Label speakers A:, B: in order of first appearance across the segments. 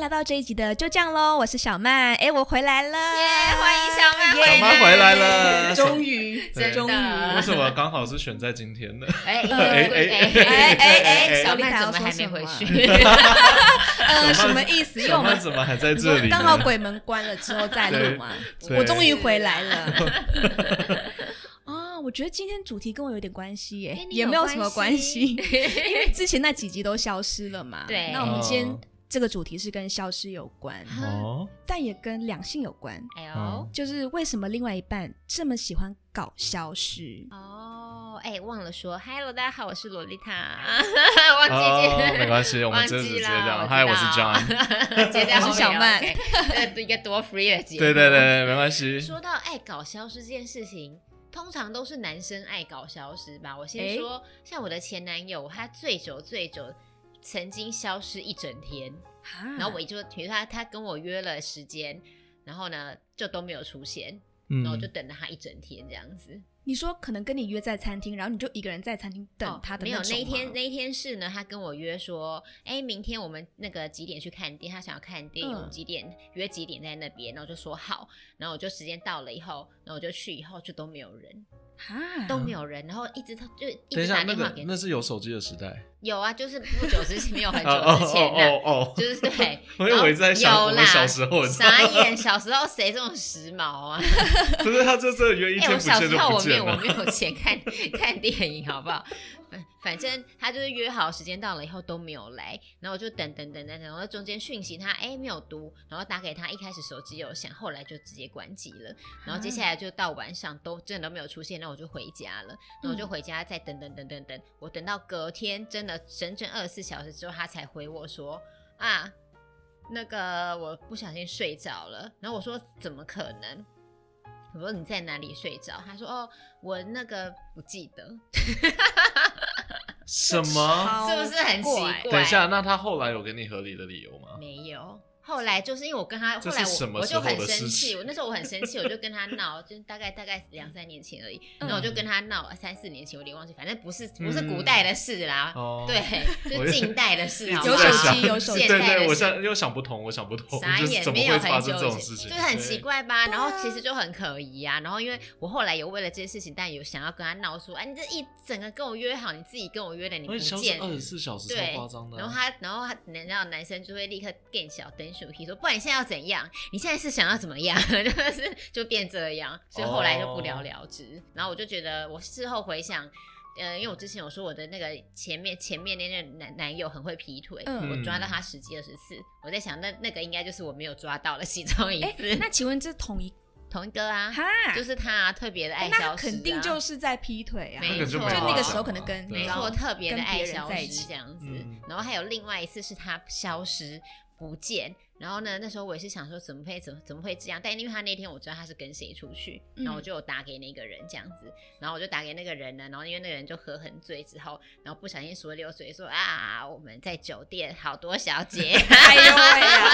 A: 来到这一集的就这样喽，我是小曼，哎，我回来了，
B: 欢迎小曼
A: 耶
B: 回
C: 小妈回来了，
D: 终于，
B: 真的
D: 终
C: 为
D: 于，
C: 什么刚好是选在 今天呢？
B: 哎
C: 哎哎
B: 哎哎哎，小
A: 小丽
B: 曼
A: 达
B: 怎么还没回
A: 要说
B: 去？
A: 呃，
C: 小
A: 什
C: 曼
A: 么意思？因为
C: 小
A: 我
C: 妈
A: 们
C: 怎么还在这里呢？
A: 刚好鬼门关了之后再录嘛，
C: 对对
A: 我终于回来了。 啊，我觉得今天主题跟我有点关系耶
B: 跟，你有
A: 也没有什么关系，
B: 关
A: 因为之前那几集都消失了嘛。
B: 对
A: 那我们今天
C: 哦
A: 这个主题是跟消失有关，
C: 哦，
A: 但也跟两性有关。
B: 哎呦
C: 嗯，
A: 就是为什么另外一半这么喜欢搞消失？
B: 哦，哎，忘了说，Hello，大家好，我是洛丽塔，忘记
C: 哦
B: 介，
C: 没关系，我们
B: 忘
C: 这次直
B: 记
C: 接
B: 了，
C: 讲。
B: 知
C: 嗨，我是
B: 道
C: John。
B: 接在后面
A: 我是小曼
B: OK，这一个多 free 的节目。
C: 对对对，对没关系。
B: 说到爱搞消失这件事情，通常都是男生爱搞消失吧。我先
A: 诶
B: 说，像我的前男友，他最久最久曾经消失一整天，然
C: 嗯
B: 后我就比如说他他跟我约了时间，然后呢就都没有出现，
C: 嗯
B: 然后我就等了他一整天这样子。
A: 你说可能跟你约在餐厅，然后你就一个人在餐厅
C: 哦
A: 等他的
B: 哦没有
A: 种
B: 那一
A: 吗
B: 天，那一天是呢，他跟我约说，哎，明天我们那个几点去看电影？他想要看电影，
A: 嗯
B: 我们几点约几点在那边？然后我就说好，然后我就时间到了以后，然后我就去以后就都没有人，
A: 啊
B: 都没有人，然后一直他就一
C: 嗯等一
B: 直
C: 下，
B: 打
C: 那
B: 电话
C: 个
B: 给
C: 那是有手机的时代。
B: 有啊，就是不久之前没 有很久
C: 哦哦
B: 之前的、
C: 哦哦 哦，，
B: 就是对
C: 我以
B: 然后
C: 为在想我
B: 有
C: 们
B: 啦，
C: 小时候你知道吗
B: 傻眼，小时候谁这么时髦啊？
C: 不是他这次约一
B: 哎、
C: 天
B: 我
C: 不
B: 小时
C: 见就
B: 候
C: 不
B: 我没
C: 见
B: 有我
C: 了。
B: 没有钱看 看电影，好不好？反反正他就是约好时间到了以后都没有来，然后我就等等等等等，然后中间讯息他哎、没有读，然后打给他，一开始手机有响，后来就直接关机了，然后接下来就到晚上都真的都没有出现，那我就回家了，然后我就回家再等等等等等，我等到隔天真的整整二十四小时之后，他才回我说啊。那个我不小心睡着了，然后我说怎么可能？我说你在哪里睡着？他说哦，我那个不记得，
C: 什么？
A: 好
B: 是不是很奇怪？
C: 等一下，，那他后来有给你合理的理由吗？
B: 没有。后来就是因为我跟他，
C: 这
B: 后
C: 是
B: 来
C: 什
B: 我
C: 么
B: 我
C: 时
B: 就
C: 候的
B: 很
C: 事
B: 生气，
C: 情
B: 我那时候我很生气，我就跟他闹，就是大概大概两三年前而已，
C: 嗯
B: 然后我就跟他闹三四年前，我有点忘记，反正不是不是古代的事啦，
C: 哦，
B: 对，
C: 我
B: 就是近代的事，
C: 一
B: 好
C: 直
B: 不
C: 在
B: 好
C: 想
A: 有手
C: 对
A: 机
B: 现代
C: 对，
B: 的
C: 我
B: 事
C: 现又想不通，我想不通，
B: 傻
C: 就
B: 眼
C: 是，怎么
B: 没有
C: 会
B: 很
C: 发
B: 久
C: 生
B: 以
C: 这种
B: 前
C: 事情？
B: 就是很
C: 对
B: 奇。怪吧？然后其实就很可疑啊。然后因为我后来有为了这件事情，但有想要跟他闹说，哎、你这一整个跟我约好，你自己跟我约的，你不
C: 而且消失
B: 见。
C: 二十四小时，
B: 对
C: 超夸张的啊。
B: 然后他，然后他，然道男生就会立刻变小，等手皮说，不然你现在要怎样？你现在是想要怎么样？ 就是就变这样，所以后来就不了了之。然后我就觉得，我事后回想，呃，因为我之前有说我的那个前面前面那任男男友很会劈腿，
A: 嗯
B: 我抓到他十几二十次，我在想那那个应该就是我没有抓到了其中一
A: 哎、
B: 次，
A: 那请问这同一
B: 同一个啊，
A: 哈，
B: 就是他、啊、特别的爱
A: 哎
B: 消失、啊
A: 那肯定就是在劈腿啊
B: 没，
C: 那个就
B: 错
C: 没
B: 就
C: 办
B: 那个
C: 法
B: 时候
A: 可能跟
C: 对
B: 没
C: 啊
B: 错，特别的
A: 跟别
B: 爱
A: 人
B: 消
A: 在一
B: 失
A: 起
B: 这样子。
C: 嗯
B: 然后还有另外一次是他消失不见，然后呢，那时候我也是想说怎么会怎么怎么会这样？但因为他那天我知道他是跟谁出去，
A: 嗯
B: 然后我就有打给那个人这样子，然后我就打给那个人呢，然后因为那个人就喝很醉之后，然后不小心说溜嘴说啊我们在酒店好多小 姐，
A: 哎呦喂呀，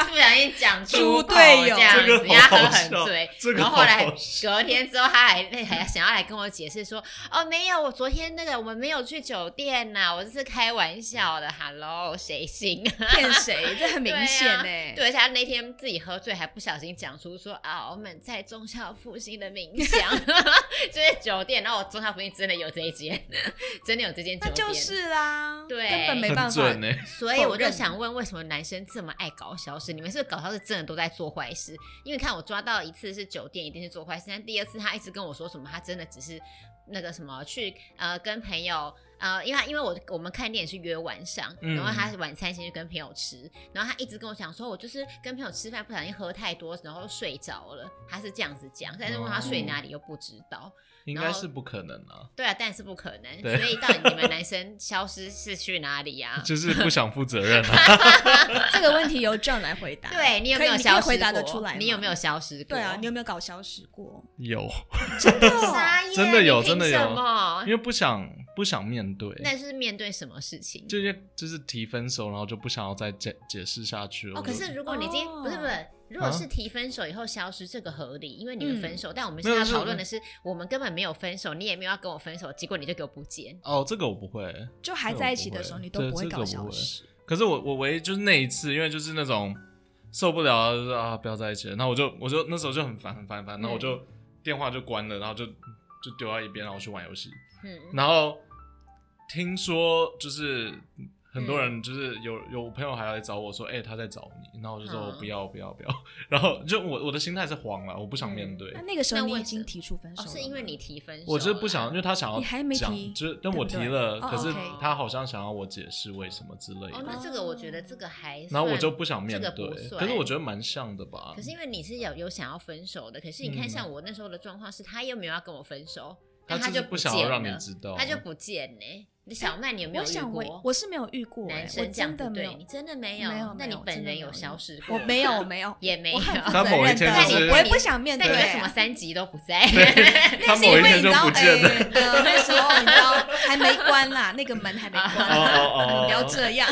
B: 不小心讲出
A: 猪
B: 口
A: 队友
B: 这样子，
C: 这个
B: 人家喝
C: 好好
B: 很
C: 笑
B: 醉，
C: 这个
B: 然后后来
C: 好好笑
B: 隔天之后，他还那还想要来跟我解释说，哦，没有，我昨天那个我们没有去酒店呐、我这是开玩笑的，Hello，谁信？
A: 骗谁？这很明显哎、
B: 对，而且他那天自己喝醉，还不小心讲出说啊，我们在忠孝复兴的冥想， 就是酒店。然后我忠孝复兴真的有这一间， 真的有这间酒
A: 那
B: 店，
A: 就是啦，
B: 对
A: 根本没
C: 很
A: 办法。
C: 准呢、
B: 所以我
A: 否
B: 就
A: 认
B: 想问，为什么男生这么爱搞消失？你们是不是搞消失真的都在做坏事？因为看我抓到一次是酒店，一定是做坏事，但第二次他一直跟我说什么，他真的只是那个什么去呃跟朋友。呃，因为因为我我们看电影是约晚上，
C: 嗯
B: 然后他晚餐先去跟朋友吃，然后他一直跟我讲说，我就是跟朋友吃饭不小心喝太多，然后睡着了，他是这样子讲，但是问他睡哪里又不知道，
C: 应该是不可能啊，
B: 对啊，但是不可能，
C: 对
B: 所以到底你们男生消失是去哪里啊呀、
C: 就是不想负责任 啊。
A: 这个问题由 John 来回答。
B: 对你有没有
A: 可以
B: 消
A: 你可
B: 失
A: 以
B: 过？
A: 回答得出来吗
B: 你有没有消失过？啊
A: 对啊，你有没有搞消失过？
C: 有，
B: 傻眼
C: 啊真的有
B: 你凭
C: 真的有
B: 什么
C: 因为不想不想面对，
B: 那是面对什么事情？
C: 就因为就是提分手，然后就不想要再解解释下去了。
B: 哦，可是如果你已经、
A: 哦
B: 不是不是，如
C: 啊
B: 果是提分手以后消失，这个合理，因为你们分手。但我们
C: 没
B: 现
C: 有
B: 在
C: 是
B: 讨论的是，我们根本没有分手，你也没有要跟我分手，结果你就给我不见。
C: 哦，这个我不会，
A: 就还在一起的时候，你都
C: 对
A: 不会
C: 这个
A: 搞
C: 我
A: 消
C: 不会
A: 失。
C: 可是我我唯一就是那一次，因为就是那种受不了，就是啊不要在一起了，然后我就我就那时候就很烦很烦很烦，然后我就电话就关了，然后就就丢在一边，然后去玩游戏。
B: 嗯，
C: 然后听说就是很多人就是有有朋友还来找我说，哎、他在找你，然后我就说
B: 嗯
C: 我不要不要不要， 然后就我我的心态是慌了，我不想面对
A: 那，那个时候
B: 那
A: 你
B: 为
A: 已经
B: 什
A: 提出分手
B: 哦，
A: 了吗，
B: 是因为你提分手了，
C: 我就是不想，因为他想要
A: 你还没
C: 讲
A: 提
C: 就是但我提
A: 对不对
C: 了，
A: 哦
C: 可是
A: OK
C: 他好像想要我解释为什么之类
B: 哦，
C: 的，
B: 那这个我觉得这个还，
C: 然后我就不想面
B: 这个不
C: 对，
B: 算
C: 可是我觉得蛮像的吧
B: 可，是因为你是有有想要分手的，可是你看
C: 嗯
B: 像我那时候的状况是，他又没有要跟我分手，
C: 他
B: 但他
C: 就是
B: 就
C: 不
B: 见
C: 想要让你
B: 了，
C: 知道，
B: 他就不见呢。你小麦，你有没有
A: 我
B: 遇
A: 想我
B: 过？
A: 我是没有遇过、欸
B: 男，
A: 我
B: 生这
A: 真
B: 样不
A: 的没
B: 对，
A: 有
B: 你，真的没有
A: 没有？没
B: 那你
A: 有
B: 本
A: 真的
B: 人
A: 没有
B: 有消失过
A: 我
B: 吗？
A: 没有，我没有，
B: 也没有
A: 我。很负
C: 他
A: 责
C: 某一
A: 任
C: 天
A: 的，
B: 就是
A: 我也不想面
B: 但
A: 对
B: 你为什
A: 欸、
B: 么三级都不在？
C: 他
A: 是
C: 某一
A: 因为
C: 天
A: 你
C: 就
A: 知道，
C: 不见了。
A: 哎呃，那时候你知道还没关啦，那个门还没关。
C: 哦哦哦哦
A: 你不要这样，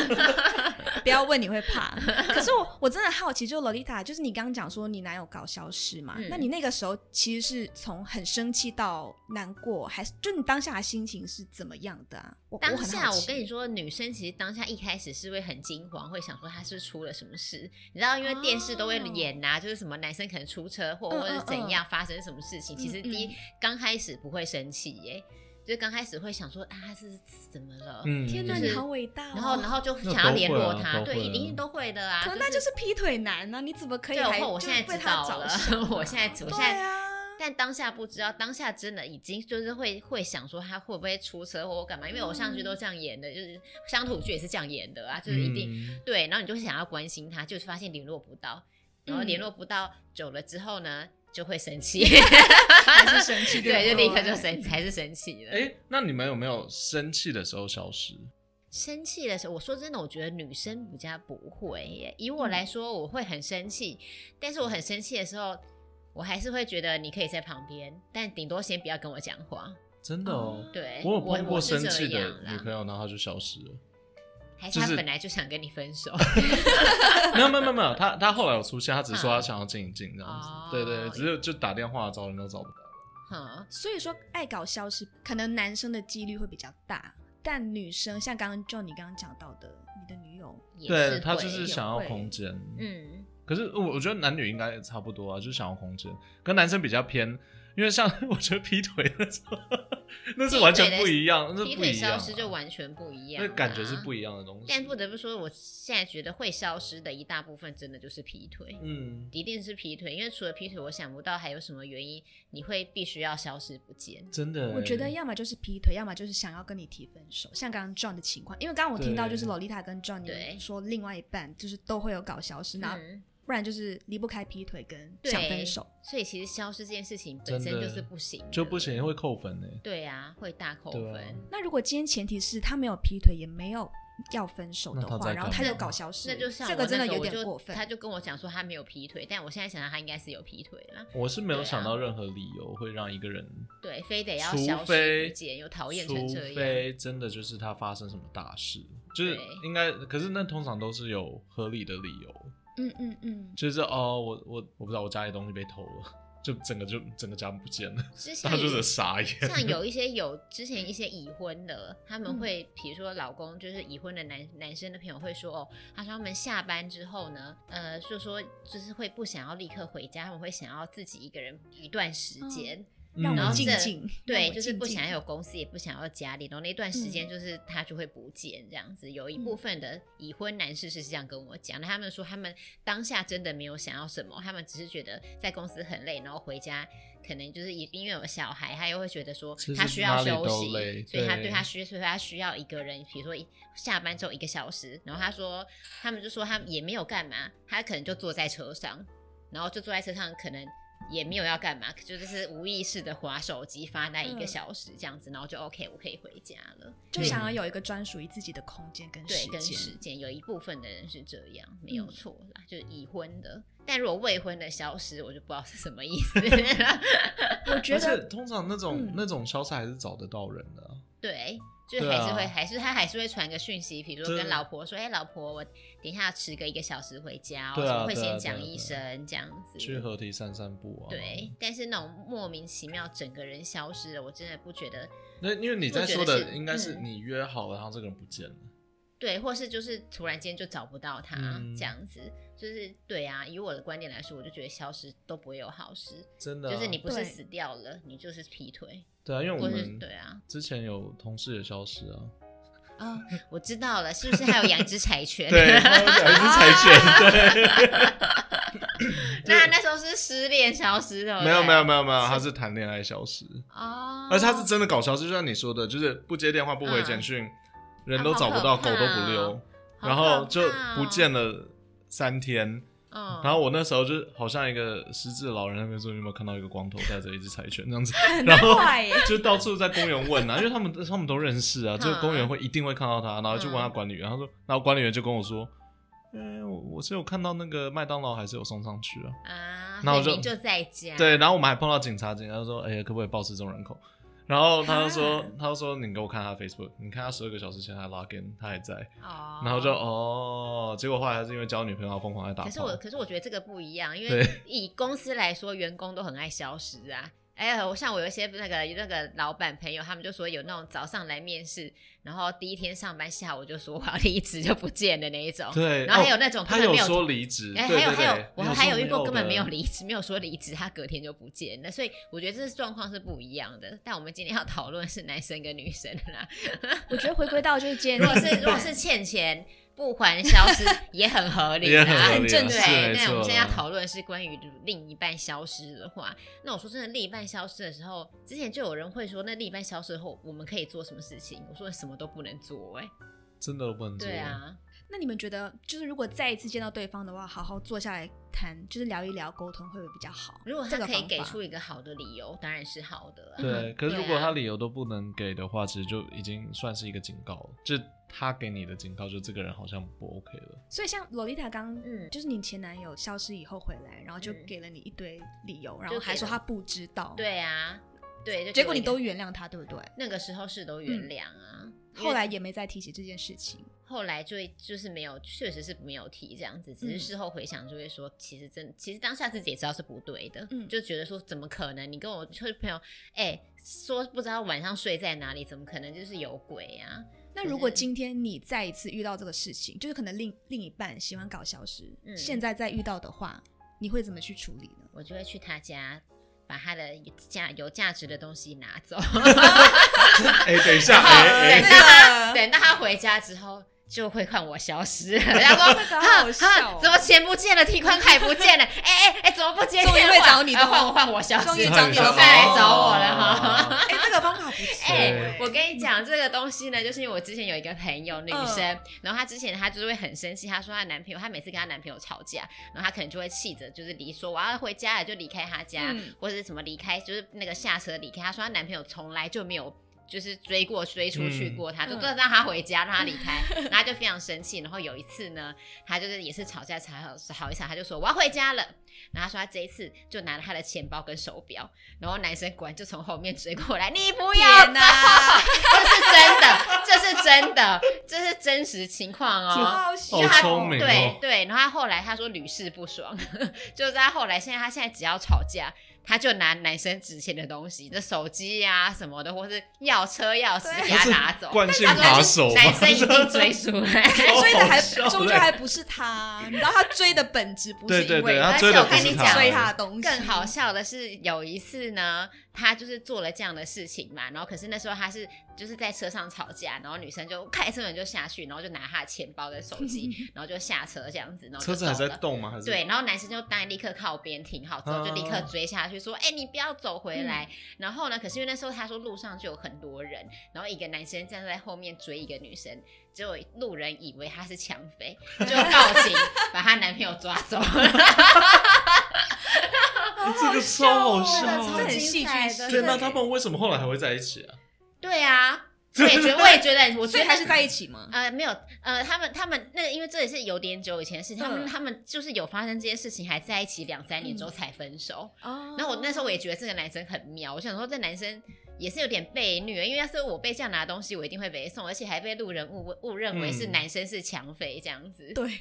A: 不要问你会怕。可是我我真的好奇，就洛丽塔，就是你刚刚讲说你男友搞消失嘛？
B: 嗯
A: 那你那个时候其实是从很生气到难过，还是就你当下的心情是怎么样的啊？我
B: 当
A: 很
B: 下
A: 好
B: 我
A: 奇
B: 跟你说，女生其实当下一开始是会很惊慌，会想说她是不是出了什么事。你知道，因为电视都会
A: 哦
B: 演呐、就是什么男生可能出车祸
A: 嗯
B: 或者是
A: 嗯嗯
B: 怎样发生什么事情。其实
A: 嗯嗯
B: 第一刚开始不会生气耶、就是刚开始会想说啊，他是怎么了？
C: 嗯，
A: 天哪，
B: 哪
C: 哪，
B: 就是
A: 你好伟大、哦！
B: 然后然后就
C: 那
B: 想要
C: 都
B: 联
C: 会
B: 络
C: 啊
B: 他，
C: 都
B: 对，
C: 会
B: 一
C: 啊
B: 定都会的啊。
A: 可能那就是劈腿男啊呢、你怎么可以
B: 对，
A: 还
B: 我我现在
A: 就为
B: 知
A: 他
B: 道
A: 着
B: 了
A: 想啊，
B: 我现在我现
A: 对
B: 在
A: 啊，
B: 但当下不知道，当下真的已经就是会会想说他会不会出车祸或干嘛，因为偶像剧都
A: 嗯
B: 这样演的，就是乡土剧也是这样演的啊，就是一定、
C: 定
B: 对，然后你就会想要关心他，就是发现联络不到，然后
A: 嗯
B: 联络不到、久了之后呢，就会 生气，
A: 还是生气，哦
B: 对，就
A: 不
B: 立刻就生还是生气了。
C: 哎、那你们有没有生气的时候消失？
B: 生气的时候，我说真的，我觉得女生比较不会耶。以我
C: 嗯
B: 来说，我会很生气，但是我很生气的时候，我还是会觉得你可以在旁边，但顶多先不要跟我讲话。
C: 真的哦，
B: 对，
C: 我有
B: 嗯我
C: 碰过
B: 是
C: 生
B: 这
C: 气
B: 样
C: 的
B: 啦
C: 女朋友，然后她就消失了。
B: 还
C: 就是
B: 他
C: 是
B: 本来就想跟你分 手，
C: 没有没有没有没有，她她后来有出现，她只是说她想要静一静这样子。
B: 嗯哦
C: 对对，只是就打电话找人都找不到。
B: 哼，
A: 所以说，爱搞消失，可能男生的几率会比较大，但女生像刚刚就你刚刚讲到的，你的女友，
B: 也
C: 对
B: 会
C: 她就是想要
A: 会
C: 空间。
B: 嗯，
C: 可是我我觉得男女应该也差不多啊，就是想要空间，跟男生比较偏。因为像 我觉得劈腿那时候，那是完全不一样，那
B: 劈
C: 是不
B: 腿
C: 一样啊，
B: 消失就完全不一样，
C: 那感觉是不。一样的东西。
B: 但不得不说，我现在觉得会消失的一大部分，真的就是劈腿，
C: 嗯，
B: 一定是劈腿。因为除了劈腿，我想不到还有什么原因你会必须要消失不见。
C: 真的欸，
A: 我觉得要么就是劈腿，要么就是想要跟你提分手，像刚刚 John 的情况，因为刚刚我听到就是
C: 对
A: Lolita 跟 John 你
B: 对
A: 们说另外一半就是都会有搞消失，然后
B: 嗯，
A: 不然就是离不开劈腿跟
B: 对
A: 想分手。
B: 所以其实消失这件事情本身
C: 真
B: 就
C: 的
B: 是不行的，
C: 就不行会扣分欸呢。
B: 对啊，会大扣
C: 对啊
B: 分。
A: 那如果今天前提是他没有劈腿，也没有要分手的
C: 那他
A: 话，
C: 在
A: 然后
C: 干
A: 他
C: 嘛
A: 就搞消失，
B: 那就像
A: 这
B: 我
A: 个真的
B: 那
A: 有
B: 我
A: 点
B: 就
A: 过分。
B: 他就跟我讲说他没有劈腿，但我现在想想他应该是有劈腿啦。
C: 我是没有
B: 对啊
C: 想到任何理由会让一个人，
B: 对，非得要
C: 除
B: 消失
C: 非
B: 不见，又讨厌成
C: 除
B: 这样。
C: 非真的就是他发生什么大事，就是
B: 对
C: 应该，可是那通常都是有合理的理由，
A: 嗯嗯嗯，
C: 就是哦，我我我不知道我家里东西被偷了，就整个就整个家不见了，
B: 之前
C: 他就是傻眼。
B: 像有一些有之前一些已婚的，他们
A: 嗯
B: 会、比如说老公就是已婚的男男生的朋友会说哦，他说他们下班之后呢，呃，就说就是会不想要立刻回家，他们会想要自己一个人一段时间，
A: 让
B: 然
C: 嗯
A: 我
B: 后
A: 静
B: 这
A: 静，让
B: 嗯对，
A: 我
B: 就是
A: 静
B: 不
A: 静
B: 想要有公司，也不想要家里，然后那段时
C: 嗯
B: 间就是他就会不见这样子。有一部分的已婚男士是这样跟我讲，那他们说他们当下真的没有想要什么，他们只是觉得在公司很累，然后回家可能就是因因为有小孩，他又会觉得说
C: 其实
B: 他需要
C: 哪里
B: 休
C: 都
B: 息
C: 累，
B: 所以他
C: 对
B: 对他需，所以他需要一个人，比如说一下班之后一个小时，然后他说他们就说他也没有干嘛，他可能就坐在车上，然后就坐在车上，可能也没有要干嘛，就就是无意识的划手机发呆一个
A: 嗯
B: 小时这样子，然后就 OK，我可以回家了。
A: 就想要有一个专属于自己的空间跟
B: 对，
A: 时
B: 跟
A: 间
B: 时。间有一部分的人是这样，没有
A: 嗯
B: 错啦，就是已婚的。但如果未婚的消失，我就不知道是什么意思。
A: 我觉
C: 而且
A: 得
C: 通常那种、
A: 嗯
C: 那种消失还是找得到人的啊、
B: 对，就是
C: 对
B: 还是
C: 啊
B: 会，还是他还是会传个讯息，比如说
C: 对
B: 跟老婆说：“哎、老婆，我等一下迟个一个小时回家、哦，
C: 对啊
B: 会
C: 对啊
B: 先
C: 对啊
B: 讲
C: 对啊
B: 一声这样子。”
C: 去合体散散步啊。
B: 对，，但是那种莫名其妙整个人消失了，我真的不觉得
C: 那因为你在说
B: 我觉得
C: 的
B: 是
C: 应该是
B: 嗯
C: 你约好了，然后这个人不见了，
B: 对，或是就是突然间就找不到他、
C: 嗯
B: 这样子，就是对啊。以我的观点来说，我就觉得消失都不会有好事，
C: 真的啊、
B: 就是你不是
A: 对
B: 死掉了，你就是劈腿，
C: 对啊，因为我
B: 或是
C: 们
B: 对啊
C: 之前有同事也消失啊，
B: 啊、我知道了，是不是还有养一只柴犬？
C: 对，他们讲
B: 哦
C: 是柴犬，
B: 那那时候是失恋消失的，
C: 对，没有没有没
B: 有
C: 有没有，他是谈恋爱消失，
B: 哦，
C: 而且他是真的搞消失，就像你说的，就是不接电话、不回简讯，人都找不
B: 嗯
C: 到，
B: 啊好
C: 狗
B: 可怕
C: 都
B: 哦
C: 不溜，
B: 好可怕哦，哦
C: 然后就不见了三天。
B: 嗯，
C: 然后我那时候就好像一个失智老人，那边说你有没有看到一个光头带着一只柴犬这样子， 然后
A: 坏耶
C: 就到处在公园问啊，因为他们他们都认识啊，
B: 嗯
C: 就公园会一定会看到他，然后就问他管理员，然后说，然后管理员就跟我说，嗯、我我是有看到那个麦当劳还是有送上去啊，
B: 啊，
C: 那我
B: 所以您
C: 就
B: 就在家，
C: 对，然后我们还碰到警察，警察就说：“哎、呀，可不可以保持这种人口？”然后他就
B: 啊
C: 说：“他就说你给我看他的 Facebook，你看他十二个小时前还 log in，他还在。
B: 哦，
C: 然后就哦，结果后来他是因为交女朋友疯狂在打炮。
B: 可是我，可是我觉得这个不一样，因为
C: 对
B: 以公司来说，员工都很爱消失啊。哎呀，我像我有一些那个那个老板朋友，他们就说有那种早上来面试，然后第一天上班，下午就说我要离职就不见的那一种。
C: 对，
B: 然后还有
C: 哦
B: 那种
C: 他
B: 根本
C: 有
B: 没有
C: 说离职，
B: 哎，还
C: 对
B: 有
C: 对
B: 还有
C: 对，
B: 我
C: 你有
B: 还
C: 说
B: 有遇
C: 没
B: 过根本
C: 的
B: 没有离职，没有说离职，他隔天就不见了。所以我觉得这是状况是不一样的。但我们今天要讨论是男生跟女生啦。
A: 我觉得回归到就是今天，
B: 如果是如果是欠钱不还消 失，也很合理
C: 也
B: 啦，
C: 很合理啊
A: 很正
B: 对，
A: 常
C: 是没
B: 那我
C: 错啊
B: 们现在要
C: 啦
B: 讨论是关于另一半消失的话，那我说真的，另一半消失的时候，之前就有人会说，那另一半消失后，我们可以做什么事情？我说什么都不能做、哎，
C: 真的不能做。
B: 对啊，
A: 那你们觉得，就是如果再一次见到对方的话，好好坐下来谈，就是聊一聊沟通，会不会比较好？
B: 如果
A: 这
B: 他
A: 个
B: 可以
A: 方
B: 给
A: 法
B: 出一个好的理由，当然是好的。
C: 对，可是
B: 对
C: 如果
B: 啊
C: 他理由都不能给的话，其实就已经算是一个警告了，就他给你的警告，就这个人好像不 OK 了。
A: 所以像洛丽塔刚，
B: 嗯
A: 就是你前男友消失以后回来，然后就
B: 嗯
A: 给了你一堆理由，然后
B: 就给
A: 还说
B: 了
A: 他不知道，，
B: 对啊，对，就
A: 结
B: 给
A: 果
B: 我
A: 你
B: 一个
A: 都原谅他，对不对？
B: 那个时候是都原谅啊。因为
A: 后来也没再提起这件事情，
B: 后来就就是没有，确实是没有提这样子，只是
A: 嗯
B: 事后回想就会说，其实真其实当下自己也知道是不对的，
A: 嗯
B: 就觉得说怎么可能？你跟我就是朋友，哎、说不知道晚上睡在哪里，怎么可能就是有鬼啊？
A: 那如果
B: 是
A: 今天你再一次遇到这个事情，就是可能另另一半喜欢搞消失，
B: 嗯
A: 现在再遇到的话，你会怎么去处理呢？
B: 我就会去他家。把他的价有价值的东西拿走，
A: 啊
C: 哎、等一下，
B: 然后
C: 哎、哎
B: 等
A: 这
B: 到
A: 个
B: 他 等到他回家之后，就会看我消失 了。然后
A: 这个
B: 说
A: 好
B: 啊
A: 笑
B: 啊
A: 哦
B: 怎么钱不见了，提款卡也不见了？哎哎哎，怎么不接电
A: 终于
B: 话？
A: 会找你的
B: 啊
A: 哦
B: 换我换我消失，
A: 终于
C: 很
A: 找你哦
C: 像
A: 了
B: 再来找我了哈。
C: 哦
A: 哎、这个方法不错
B: 哎、
C: 对
B: 我跟你讲这个东西呢，就是因为我之前有一个朋友，女生，
A: 嗯
B: 然后她之前她就是会很生气，她说她男朋友，她每次跟她男朋友吵架，然后她可能就会气着，就是离说我要回家了，就离开她家，
A: 嗯
B: 或者是什么离开，就是那个下车离开。她说她男朋友从来就没有。就是追过、追出去过她，就
A: 嗯
B: 都让她回家，让她离开，然后她就非常生气。然后有一次呢，她就是也是吵架吵好吵一吵，她就说我要回家了。然后她说她这一次就拿了她的钱包跟手表，然后男生果然就从后面追过来，你不要
A: 天哪，
B: 这是真的，这是真的，这是真实情况哦。
A: 好
C: 好
A: 笑
C: 聪明
B: 对对，然后他后来他说屡试不爽， 就是他后来现在他现在只要吵架，他就拿男生值钱的东西，这手机呀、什么的，或是要车钥匙
A: 对
B: 给他拿走。
C: 惯性
B: 他说
C: 扒手吧
B: 男生一定 追出来。
A: 哎追的还
C: 超好笑
A: 终究还不是他，你知道他追的本质不是
C: 对
A: 因为
C: 对对，他
B: 而且
C: 追的
B: 我
C: 不
B: 跟
C: 是
B: 你
C: 他，
B: 讲
A: 追他的东西，
B: 更好笑的是，有一次呢，他就是做了这样的事情嘛，然后可是那时候他是就是在车上吵架，然后女生就开车门就下去，然后就拿他的钱包跟手机，然后就下车这样子，然后就
C: 车子还
B: 走
C: 在
B: 了。
C: 动吗？还是
B: 对，然后男生就当然立刻靠边停好，之后就立刻
C: 啊
B: 追下去说：“哎、你不要走回
A: 嗯
B: 来。然后呢，可是因为那时候他说路上就有很多人，然后一个男生站在后面追一个女生，结果路人以为他是抢匪，就报警把她男朋友抓走了。
A: 好
C: 哎这个
A: 笑哦
C: 超好笑啊
A: 这很戏剧
B: 真
A: 性
B: 的
C: 对，那他们为什么后来还会在一起啊？
B: 对啊，我也觉得，我也觉得，我
A: 所
B: 觉
A: 以
B: 得
A: 还是在一起吗？
B: 呃没有呃，他们他们那个因为这也是有点久以前的事情，他们、
A: 嗯
B: 他们就是有发生这件事情，还在一起两三年之后才分手。
A: 哦
B: 然后我那时候我也觉得这个男生很妙，我想说这男生也是有点被虐，因为要是我被这样拿东西，我一定会被送，而且还被路人误误认为是
C: 嗯
B: 男生是抢匪这样子。
A: 对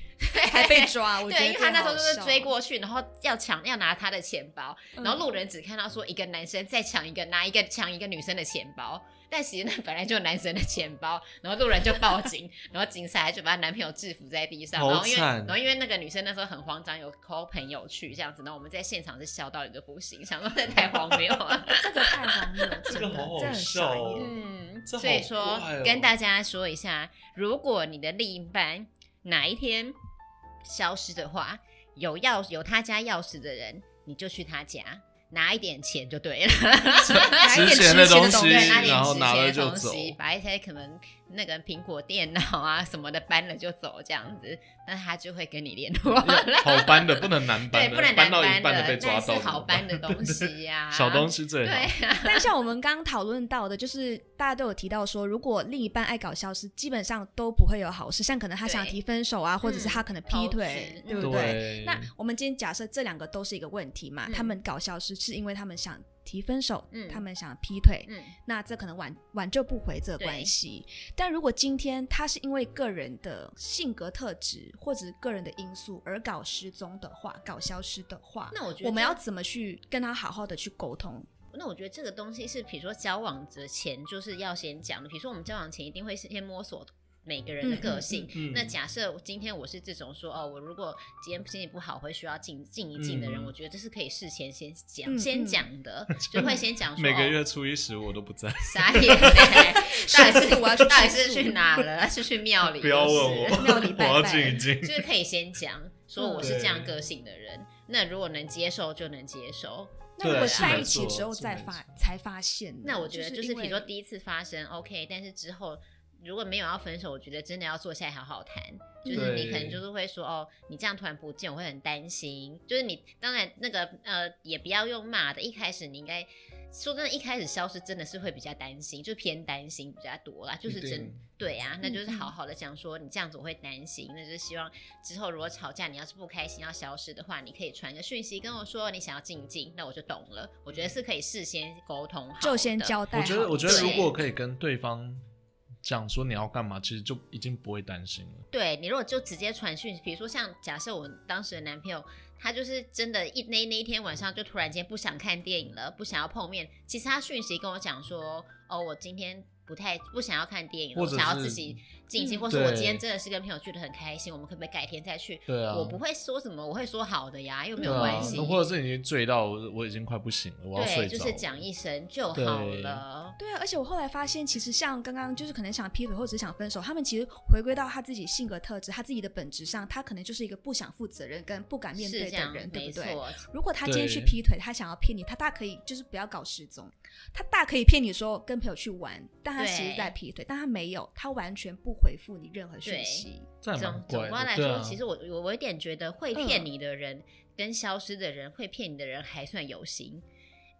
A: 还被抓，我觉得
B: 对，因为他那时候就是
A: 这很好笑哦
B: 追，过去，然后要抢要拿他的钱包，
A: 嗯
B: 然后路人只看到说一个男生在抢一个拿一个抢一个女生的钱包，但其实那本来就男生的钱包，然后路人就报警，然后警察就把她男朋友制服在地上，
C: 好
B: 然后因为
C: 惨
B: 然后因为那个女生那时候很慌张，有 call 朋友去这样子，然后我们在现场是笑到一个不行，想说 这太荒谬了。
A: 这个太荒谬了，
C: 这
A: 真
C: 个
A: 的，
C: 好好
A: 这很
C: 笑
A: 傻
C: 哦
A: 眼。
B: 嗯，
C: 这好
B: 所以说、
C: 怪哦
B: 跟大家说一下，如果你的另一半哪一天消失的话，有钥有他家钥匙的人，你就去他家拿一点钱就 对了，拿一
C: 值
B: 点
C: 钱
B: 值
C: 的
B: 钱
C: 东
B: 的
C: 西，
B: 西，对，拿
C: 然后
B: 点
C: 拿
B: 值
C: 了
B: 钱
C: 就
B: 的东
C: 走。
B: 西，把一些可能那个苹果电脑啊什么的搬了就走这样子，那他就会跟你联络了。
C: 好搬的不能难
B: 对，
C: 搬的，
B: 不能难
C: 搬到一半
B: 的，
C: 的被抓
B: 那是
C: 到，
B: 好搬的啊东西呀、
C: 小东
B: 西，
C: 西最好。
B: 对啊，
A: 但像我们刚刚讨论到的，就是大家都有提到说，如果另一半爱搞消失，基本上都不会有好事。像可能他想
B: 对
A: 提分手啊，或者是
B: 嗯
A: 他可能劈
B: 投
A: 腿
B: 资，
A: 对不对？
C: 对，
B: 哦
A: 那我们今天假设这两个都是一个问题嘛，
B: 嗯
A: 他们搞消失是因为他们想提分手，
B: 嗯
A: 他们想劈腿，
B: 嗯，
A: 那这可能挽挽救不回这个
B: 对
A: 关系。但如果今天他是因为个人的性格特质或者是个人的因素而搞失踪的话，搞消失的话，
B: 那我觉得
A: 我们
B: 这
A: 要怎么去跟他好好的去沟通？
B: 那我觉得这个东西是，比如说交往之前就是要先讲的。比如说我们交往前一定会先摸索每个人的
A: 嗯
B: 个
A: 嗯
B: 性。
C: 嗯
B: 那假设今天我是这种说哦，我如果今天心情不好，会需要静静一静的人，
C: 嗯
B: 我觉得这是可以事前先讲、
A: 嗯
B: 先
A: 嗯
B: 讲的，就会先讲说
C: 每个
B: 哦
C: 月初一十五我都不在，
B: 傻眼、欸，到底
A: 吃
B: 是
A: 素我要去
B: 到底
A: 吃
B: 是
A: 素
B: 去哪了？是去庙里？
C: 不要问
B: 是
C: 我，
A: 庙里
C: 我
A: 拜
C: 要
A: 拜
C: 静一静
B: 就。是可以先讲说我是这样个性的人，那如果能接受就能接受。
A: 那如果
C: 对是
A: 在
C: 没
A: 一起
C: 错
A: 之后
C: 是
A: 再
C: 没
A: 发
C: 错
A: 才发现呢，
B: 那我觉得就是，
A: 嗯因
B: 比
A: 为
B: 如说第一次发生 OK，但是之后如果没有要分手，我觉得真的要坐下来好好谈。就是你
C: 对
B: 可能就是会说哦，你这样突然不见，我会很担心。就是你当然那个呃，也不要用骂的，一开始你应该说真的，一开始消失真的是会比较担心，就偏担心比较多啦，就是
C: 一定
B: 真对啊，那就是
A: 嗯嗯
B: 好好的讲说你这样子我会担心，那就是希望之后如果吵架你要是不开心要消失的话，你可以传个讯息跟我说你想要静一静，那我就懂了。我
C: 嗯
B: 觉得是可以事先沟通好的，
A: 就先交代
C: 我
A: 好。
C: 觉得，我觉得
B: 对
C: 如果可以跟对方讲说你要干嘛，其实就已经不会担心了。
B: 对你如果就直接传讯，比如说像假设我当时的男朋友，他就是真的一那那一天晚上就突然间不想看电影了，不想要碰面。其实他讯息跟我讲说，哦，我今天不太不想要看电影了，
C: 或
B: 我
C: 者
B: 想要
C: 是
B: 自己静心，
A: 嗯
B: 或是我今天
C: 对
B: 真的是跟朋友聚得很开心，我们可不可以改天再去？
C: 对啊，
B: 我不会说什么，我会说好的呀，又没
C: 对
B: 有
C: 啊
B: 关系。
C: 那或者是你醉到我我已经快不行了，我要
B: 对，
C: 睡
B: 就
C: 着。
B: 是讲一声就好了。
A: 对啊，而且我后来发现，其实像刚刚就是可能想劈腿或者是想分手，他们其实回归到他自己性格特质、他自己的本质上，他可能就是一个不想负责任跟不敢面
B: 是
A: 对
B: 这
A: 的
B: 样，
A: 人，对
B: 没
A: 不
B: 错。
A: 对？如果他今天去
C: 对
A: 劈腿，他想要骗你，他大可以就是不要搞失踪，他大可以骗你说跟朋友去玩，但他其
B: 对
A: 实在劈腿，但他没有，他完全不回复你任何
B: 对
A: 讯息。
C: 这还蛮
B: 总总
C: 怪
B: 观
C: 的。
B: 来
C: 对
B: 说，
C: 啊，
B: 其实我我我有点觉得会骗
A: 嗯
B: 你的人、跟消失的人，会骗你的人还算有心。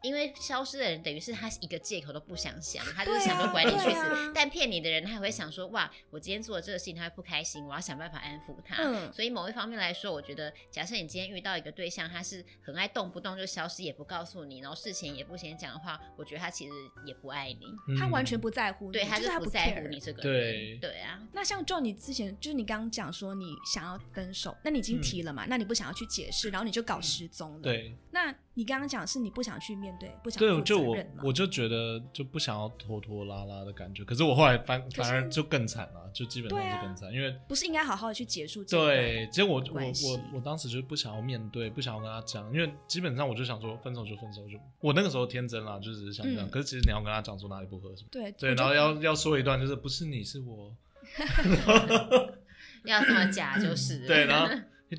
B: 因为消失的人等于是他一个借口都不想想，他就是
A: 对啊
B: 想说管你去
A: 对
B: 死。
A: 啊
B: 但骗你的人，他还会想说哇，我今天做了这个事情，他会不开心，我要想办法安抚他。
A: 嗯
B: 所以某一方面来说，我觉得，假设你今天遇到一个对象，他是很爱动不动就消失，也不告诉你，然后事前也不先讲的话，我觉得他其实也不爱你，
A: 他完全
C: 不
A: 不在乎你，
B: 对，他
A: 就是他
B: 不在
A: care
B: 乎你这个
C: 对
B: 人，对啊，
A: 那像 John，你之前就是你刚刚讲说你想要分手，那你已经提了嘛？那你不想要去解释，然后你就搞失踪了。，
C: 嗯对啊
A: 那你刚刚讲是你不想去面对，不想
C: 对，
A: 负
C: 就
A: 责
C: 我
A: 任嘛？
C: 我就觉得就不想要拖拖拉拉的感觉。可是我后来反
A: 是
C: 反而就更惨了，就基本上
A: 对啊
C: 就更惨，因为
A: 不是应该好好的去结束这一段？
C: 对，结果我我
A: 关系
C: 我我当时就不想要面对，不想要跟他讲，因为基本上我就想说分手就分手就，我那个时候天真啦，就只是想这
A: 嗯
C: 样。可是其实你要跟他讲说哪里不合什么，
A: 对
C: 对，
A: 我就
C: 然后要要说一段就是不是你是我，
B: 要这么 假就是了。
C: 对，然后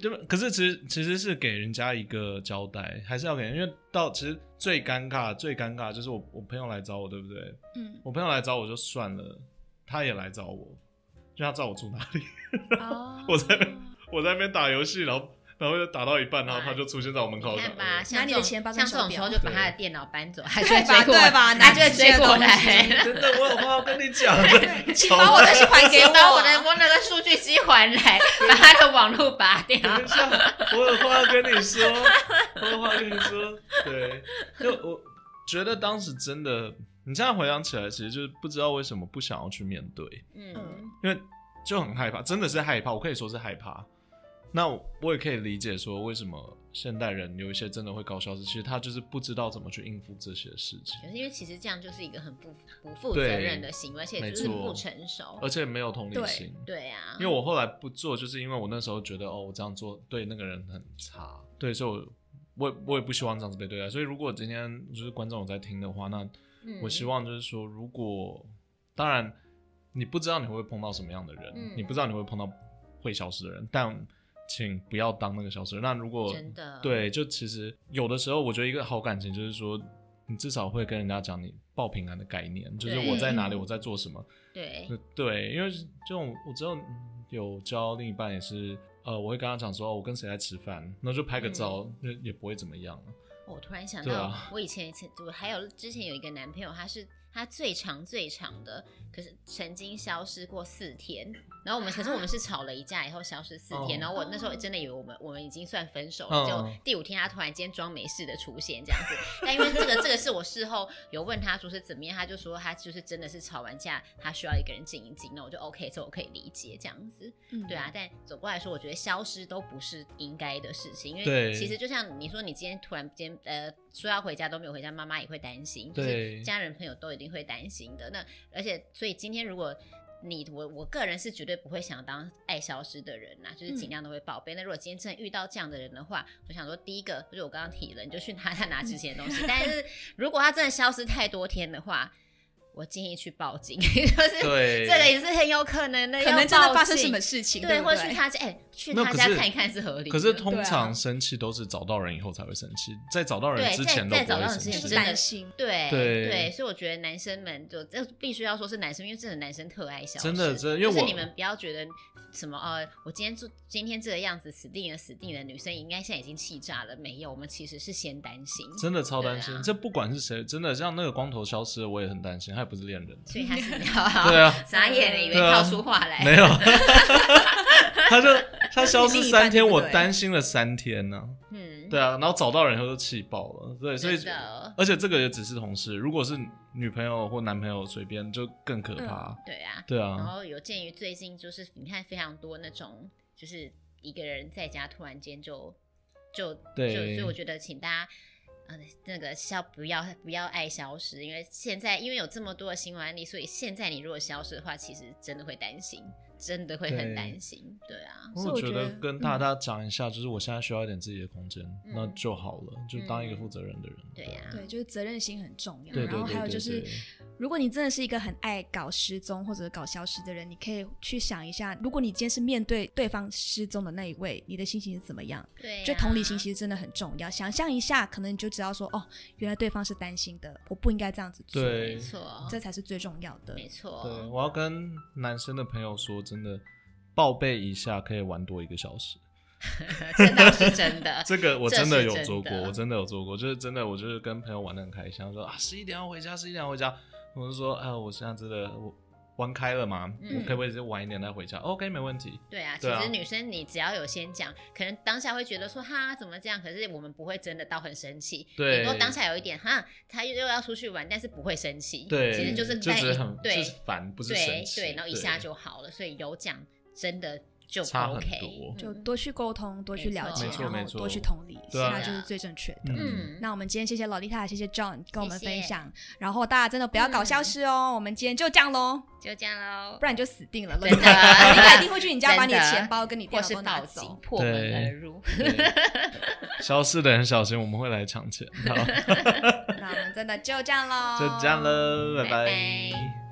C: 对吧，可是其实其实是给人家一个交代，还是要给人，因为到其实最尴尬最尴尬就是我我朋友来找我，对不对？
A: 嗯，
C: 我朋友来找我就算了，他也来找我，就他知道我住哪里，
A: 哦
C: 我在我在那边打游戏，然后然后就打到一半，然后他就出现在我门口，
B: 你
C: 我想
B: 看吧，
C: 呃
B: 像
A: 拿你
B: 这
A: 的
B: 种
A: 钱包跟
B: 像这种
A: 手
B: 时
A: 表
B: 候就把他的
C: 对
B: 电脑搬走，他就会
A: 对吧
B: 追过来，
A: 对吧
B: 他就会
A: 拿自己
B: 追
A: 的
B: 过
A: 东西
B: 来。
C: 真的，我有话要跟你讲。对
A: 请把我的去还给
B: 给
A: 我，
B: 把我的我那个数据机还来，把他的网络拔掉。
C: 等一下，我有话要跟你说，我有话要跟你说。对，就我觉得当时真的，你现在回想起来，其实就是不知道为什么不想要去面对，
B: 嗯
A: 嗯，
C: 因为就很害怕，真的是害怕。我可以说是害怕，那我我也可以理解说，为什么现代人有一些真的会高消失，其实他就是不知道怎么去应付这些事情
B: 可，是因为其实这样就是一个很不不负责任的行为，而且就是
C: 没错
B: 不成熟。
C: 而且没有同理
A: 对
C: 心。
B: 对啊，
C: 因为我后来不做，就是因为我那时候觉得哦，我这样做对那个人很差，对，所以我我也我也不希望这样子被对待。所以如果今天就是观众有在听的话，那
B: 嗯
C: 我希望就是说，如果当然你不知道你会碰到什么样的人，
B: 嗯
C: 你不知道你会碰到会消失的人，但请不要当那个消失的人。那如果
B: 嗯真的
C: 对，就其实有的时候，我觉得一个好感情就是说，你至少会跟人家讲你报平安的概念，就是
B: 对
C: 我在哪里，
A: 嗯
C: 我在做什么。
B: 对
C: 呃对，因为这种我之后有教另一半也是，呃，我会跟他讲说，哦我跟谁在吃饭，那就拍个照，那、也不会怎么样。
B: 哦我突然想
C: 对
B: 到
C: 啊，
B: 我以前以前我还有之前有一个男朋友，他是他最长最长的，可是曾经消失过四天。然后我们可是我们是吵了一架以后消失四天，
C: 哦
B: 然后我那时候真的以为我们我们已经算分手
C: 嗯
B: 了，就第五天他突然间装没事的出现这样子。但因为这个这个是我事后有问他说是怎么样，他就说他就是真的是吵完架他需要一个人静一静，那我就 OK，这我可以理解这样子。
A: 嗯
B: 对啊，，但总过来说，我觉得消失都不是应该的事情，因为
C: 对
B: 其实就像你说，你今天突然间呃说要回家都没有回家，妈妈也会担心，就是
C: 对
B: 家人朋友都一定会担心的。那而且，所以今天如果你我我个人是绝对不会想当爱消失的人啦，就是
C: 嗯
B: 尽量都会报备。那如果今天真的遇到这样的人的话，我想说第一个就是我刚刚提了，你就去拿他拿之前的
C: 嗯
B: 东西。 但是如果他真的消失太多天的话，我建议去报警， 就是
C: 对
B: 这个也是很有可能的，
A: 可能
B: 要
A: 真的
B: 报
A: 发生什
B: 警
A: 么事情，
B: 对，
A: 不
B: 或者
A: 对
B: 去他家，哎、去
C: 没有
B: 他
C: 可
B: 家
C: 是
B: 看一看是合理的。
C: 可是
A: 对
C: 通
A: 啊
C: 常生气都是找到人以后才会生气，在找到人
B: 对
C: 之
B: 在
C: 前都
B: 在
C: 不
B: 找
C: 会
B: 到
C: 生
B: 人之前
A: 就是
C: 气
B: 真。的
A: 担心，
B: 对
C: 对
B: 所以我觉得男生们就这必须要说是男生，因为真的男生特爱消失，
C: 真的真的因
B: 就
C: 为
B: 是
C: 我
B: 你们不要觉得什么呃，我今天做今天这个样子死定了死定了，女生应该现在已经气炸了，没有，我们其实是先担心，
C: 真的超担
B: 对啊
C: 心，这不管是谁，真的像那个光头消失，我也很担心，他也不是恋人，
B: 所以还是比较好。
C: 对啊，
B: 傻眼了，以为
C: 对啊
B: 套出话来，
C: 没有， 他就他消失
A: 另
C: 三天，
A: 一半对不
C: 我
A: 对
C: 担心了三天呢、
B: 嗯，
C: 对啊，然后找到人以后就气爆了，对，所以
B: 真的哦
C: 而且这个也只是同事，如果是女朋友或男朋友随便就更可怕，
B: 对啊，
C: 对
B: 然
C: 啊，
B: 后有鉴于最近就是你看非常多那种就是一个人在家突然间就就
C: 对
B: 就，所以我觉得请大家。呃，那个消不要不要爱消失，因为现在因为有这么多的新闻案例，所以现在你如果消失的话，其实真的会担心，真的会很
C: 对
B: 担心。对啊，
A: 所以我
C: 觉
A: 觉
C: 得
A: 得
C: 跟大家讲一下，就是我现在需要一点自己的空间，
B: 嗯
C: 那就好了，就当一
B: 嗯
C: 个负责任的人，啊
B: 对啊呀、
A: 对，啊就是责任心很重要。
C: 对对
A: 然后
C: 对
A: 还有
C: 对
A: 就是
C: 对，
A: 如果你真的是一个很爱搞失踪或者搞消失的人，你可以去想一下，如果你今天是面对对方失踪的那一位，你的心情是怎么样？
B: 对、啊，
A: 就同理心其实真的很重要。想象一下，可能你就知道说，哦，原来对方是担心的，我不应该这样子做，
C: 对
B: 没错，
A: 这才是最重要的。
B: 没错，
C: 对，我要跟男生的朋友说，真的报备一下可以玩多一个小时。
B: 这倒是真的。
C: 这个我
B: 啊这
C: 真的
B: 是
C: 有
B: 真
C: 做过，
B: 的
C: 我真的有做过，就是真的，我就是跟朋友玩的很开心，他说啊十一点要回家，十一点要回家，我就说啊我现在真的我玩开了嘛，
B: 嗯
C: 我可不可以再晚一点再回家？OK 没问题，
B: 对啊，其
C: 对啊
B: 实女生你只要有先讲，可能当下会觉得说哈怎么这样，可是我们不会真的到很生气，
C: 对
B: 顶多当下有一点哈，他又又要出去玩，但是不会生气，
C: 对，
B: 其实就是
C: 就
B: 在
C: 只是很
B: 对
C: 就是烦，不是生
B: 对
C: 气，
B: 对，然后一下就好了，所以有讲真的就
C: 差很
B: OK，
C: 多
A: 就
B: 嗯
A: 多去沟通，多去了解，
B: 没错
A: 然
C: 没
A: 后
C: 错
A: 多去同理，
C: 对啊
A: 那就是最正确的。
B: 嗯，
A: 那我们今天谢谢老丽塔，谢谢 John 跟我们
B: 谢
A: 分
B: 谢
A: 享，然后大家真的
C: 嗯
A: 不要搞消失哦。我们今天就这样喽，
B: 就这样喽
A: 不，然你就死定了。
B: 真的
A: 老丽塔老丽塔一定会去你家把你的
B: 真的
A: 钱包跟你
B: 或
A: 电脑
B: 是
A: 都拿
B: 报警
A: 走。
B: 破门而入，
C: 对消失的很小心，我们会来 抢钱，好，
A: 那我们真的就这样喽，
C: 就这样。喽，
B: 哦拜
C: 拜
B: 拜